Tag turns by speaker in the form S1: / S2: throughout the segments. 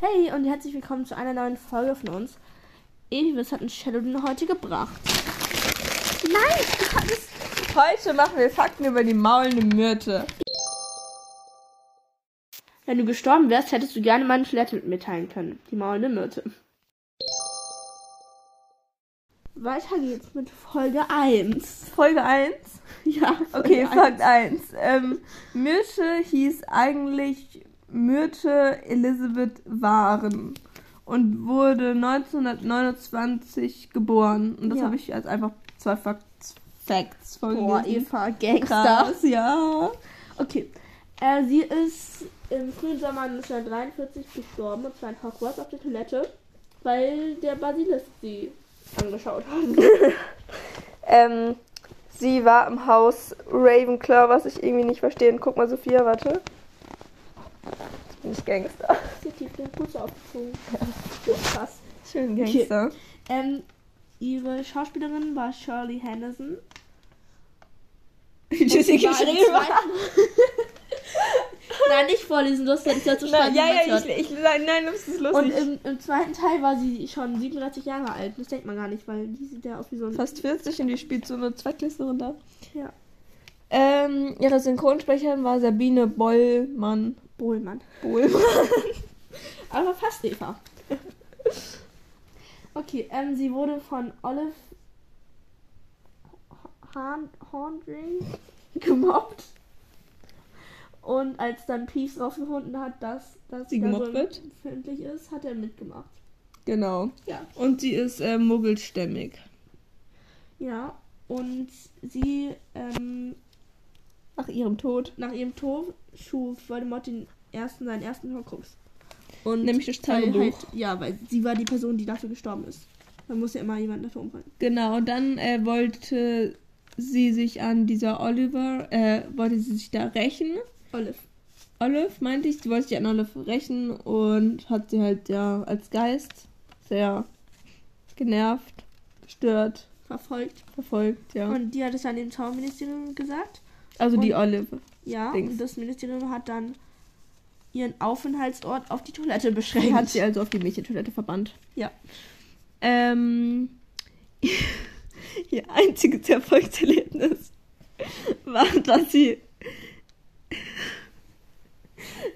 S1: Hey und herzlich willkommen zu einer neuen Folge von uns. Evi, was hat ein Shadowdin heute gebracht?
S2: Nein, du hattest. Heute machen wir Fakten über die maulende Myrte.
S1: Wenn du gestorben wärst, hättest du gerne meinen Schwert mit mir teilen können. Die maulende Myrte. Weiter geht's mit Folge 1.
S2: Folge 1.
S1: Ja,
S2: Okay,
S1: Folge
S2: Fakt 1. Ähm, Myrte hieß eigentlich Myrte Elisabeth Waren und wurde 1929 geboren. Und das
S1: Ja.
S2: habe ich als einfach zwei Facts, Facts
S1: Boah,
S2: vorgelesen.
S1: Eva, Gangster.
S2: Krass, ja.
S1: Okay. Äh, sie ist im frühen Sommer 1943 gestorben und zwar in Hogwarts auf der Toilette, weil der Basilisk sie angeschaut hat.
S2: Ähm, sie war im Haus Ravenclaw, was ich irgendwie nicht verstehe. Guck mal, Sophia, warte. Jetzt bin ich Gangster.
S1: Sie tief den Puls aufgezogen. So krass.
S2: Schön
S1: Gangster. Ähm, ihre Schauspielerin war Shirley Henderson.
S2: Okay.
S1: Und sie war im zweiten- Nein, nicht vorlesen, du hast ja nicht dazu schreiben.
S2: ja, ja,
S1: gehört.
S2: ich, ich, nein, nein, das ist
S1: Und
S2: lustig.
S1: im, im zweiten Teil war sie schon 37 Jahre alt. Das denkt man gar nicht, weil die sieht ja aus wie so ein.
S2: fast 40 und die spielt so eine Zweckliste runter.
S1: Ja,
S2: Ähm, ihre Synchronsprecherin war Sabine Bollmann.
S1: Bohlmann.
S2: Bollmann.
S1: Aber fast Eva. Okay, ähm, sie wurde von Olive Horn Horndring gemobbt. Und als dann Peeves rausgefunden hat, dass, dass
S2: Sie
S1: da
S2: gemobbt
S1: so
S2: wird?
S1: empfindlich ist, hat er mitgemacht.
S2: Genau.
S1: Ja.
S2: Und sie ist äh, muggelstämmig.
S1: Ja, und sie, ähm,
S2: Nach ihrem Tod.
S1: nach ihrem Tod schuf Voldemort den ersten, seinen ersten Horcrux. Und
S2: Nämlich das
S1: weil
S2: Tagebuch.
S1: halt, ja, weil sie war die Person, die dafür gestorben ist. Man muss ja immer jemanden dafür umbringen.
S2: Genau, und dann äh, wollte sie sich an dieser Oliver, äh, wollte sie sich da rächen.
S1: Olive.
S2: Olive meinte ich, sie wollte sich an Olive rächen und hat sie halt ja als Geist sehr genervt, gestört,
S1: verfolgt.
S2: verfolgt, ja.
S1: Und die hat es dann dem Zauberministerium gesagt.
S2: also die
S1: und-
S2: Olive.
S1: Ja,
S2: Dings.
S1: und das Ministerium hat dann ihren Aufenthaltsort auf die Toilette
S2: Die
S1: beschränkt.
S2: hat sie also auf die Mädchentoilette verbannt.
S1: Ja.
S2: Ähm, ihr einziges Erfolgserlebnis war, dass sie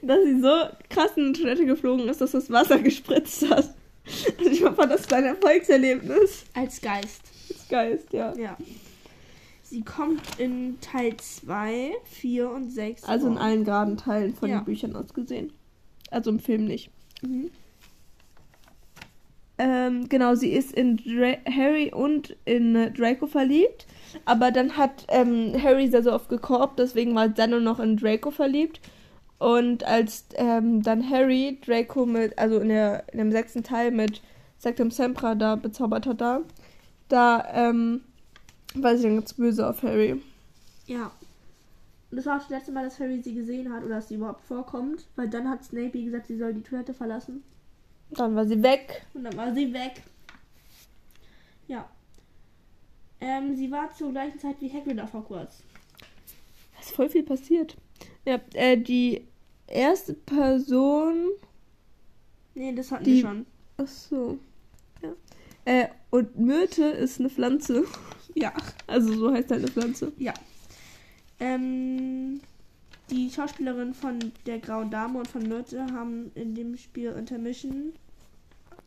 S2: dass sie so krass in die Toilette geflogen ist, dass das Wasser gespritzt hat. Also ich fand das war ein Erfolgserlebnis.
S1: Als Geist.
S2: Das Geist, ja.
S1: Ja. Sie kommt in Teil 2, 4 und Oh. 6.
S2: Also in allen geraden Teilen von
S1: Ja.
S2: den Büchern aus gesehen. Also im Film nicht.
S1: Mhm.
S2: Ähm, genau, sie ist in Dra Harry und in äh, Draco verliebt. Aber dann hat ähm, Harry sehr, sehr oft gekorbt, deswegen war Dano noch in Draco verliebt. Und als ähm, dann Harry Draco mit, also in, der, in dem sechsten Teil mit Sectum Sempra da bezaubert hat, da, da ähm, war sie dann ganz böse auf Harry.
S1: Ja. Und das war auch das letzte Mal, dass Harry sie gesehen hat oder dass sie überhaupt vorkommt. Weil dann hat Snape ihr gesagt, sie soll die Toilette verlassen.
S2: Dann war sie weg.
S1: Und dann war sie weg. Ja. Ähm, sie war zur gleichen Zeit wie Hagrid auf Hogwarts.
S2: Es ist voll viel passiert. Ja, äh, die erste Person
S1: Nee, das hatten
S2: Die-
S1: wir schon.
S2: Ach so. Ja. Äh, und Myrte ist eine Pflanze.
S1: Ja.
S2: Also so heißt halt eine Pflanze.
S1: Ja. Ähm, die Schauspielerin von der Grauen Dame und von Myrte haben in dem Spiel Intermission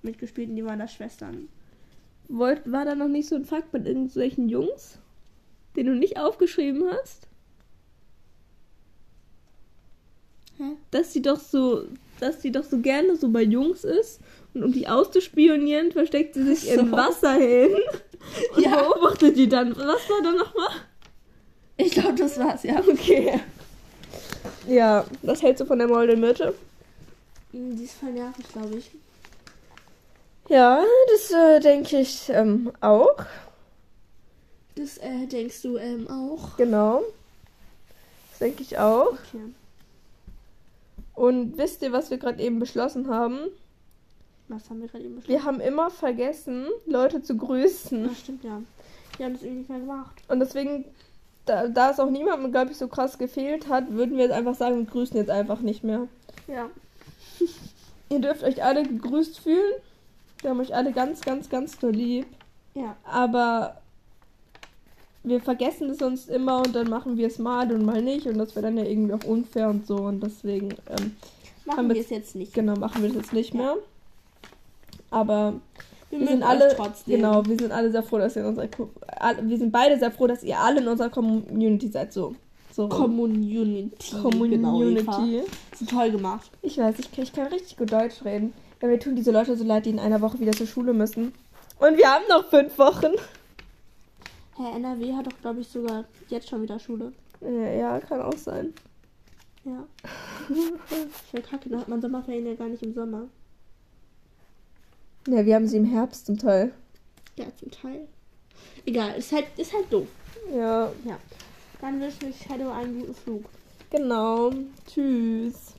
S1: mitgespielt und die waren da Schwestern.
S2: Wollt, war da noch nicht so ein Fakt mit irgendwelchen Jungs, den du nicht aufgeschrieben hast?
S1: Hä?
S2: Dass sie doch so, dass sie doch so gerne so bei Jungs ist und um die auszuspionieren, versteckt sie sich
S1: Ach so.
S2: im Wasser hin und
S1: Ja.
S2: beobachtet die dann. Was war da nochmal?
S1: Ich glaube, das war's, ja.
S2: Okay. Ja, was hältst du von der Molde Myrte?
S1: Hm, Die ist voll nervig, glaube ich.
S2: Ja, das äh, denke ich ähm, auch.
S1: Das äh, denkst du ähm, auch.
S2: Genau. Das denke ich auch.
S1: Okay.
S2: Und wisst ihr, was wir gerade eben beschlossen haben?
S1: Was haben wir gerade eben besprochen?
S2: Wir haben immer vergessen, Leute zu grüßen.
S1: Das stimmt, ja. Wir haben das irgendwie nicht mehr gemacht.
S2: Und deswegen, da, da es auch niemandem, glaube ich, so krass gefehlt hat, würden wir jetzt einfach sagen, wir grüßen jetzt einfach nicht mehr.
S1: Ja.
S2: Ihr dürft euch alle gegrüßt fühlen. Wir haben euch alle ganz, ganz, ganz doll lieb.
S1: Ja.
S2: Aber wir vergessen es sonst immer und dann machen wir es mal und mal nicht. Und das wäre dann ja irgendwie auch unfair und so. Und deswegen, ähm,
S1: Machen
S2: Haben
S1: wir
S2: wir-
S1: es jetzt nicht.
S2: genau, machen wir das jetzt nicht
S1: Ja.
S2: mehr. Aber
S1: Wir,
S2: wir
S1: mögen
S2: sind
S1: euch
S2: alle,
S1: trotzdem.
S2: genau, wir sind alle sehr froh, dass ihr in unserer, Ko- alle, wir sind beide sehr froh, dass ihr alle in unserer Community seid. So, so
S1: Community. Genau,
S2: Community.
S1: Eva. Hast du toll gemacht.
S2: Ich weiß, ich kann, ich kann richtig gut Deutsch reden. Ja, wir tun diese Leute so leid, die in einer Woche wieder zur Schule müssen. Und wir haben noch fünf Wochen.
S1: Herr NRW hat doch, glaube ich, sogar jetzt schon wieder Schule.
S2: Ja, ja, kann auch sein.
S1: Ja. Ich will kacke, da hat man Sommerferien ja gar nicht im Sommer.
S2: Ja, wir haben sie im Herbst zum Teil.
S1: Ja, zum Teil. Egal, ist halt, ist halt doof.
S2: Ja,
S1: halt Dann wünsche ich Shadow einen guten Flug.
S2: genau. Tschüss.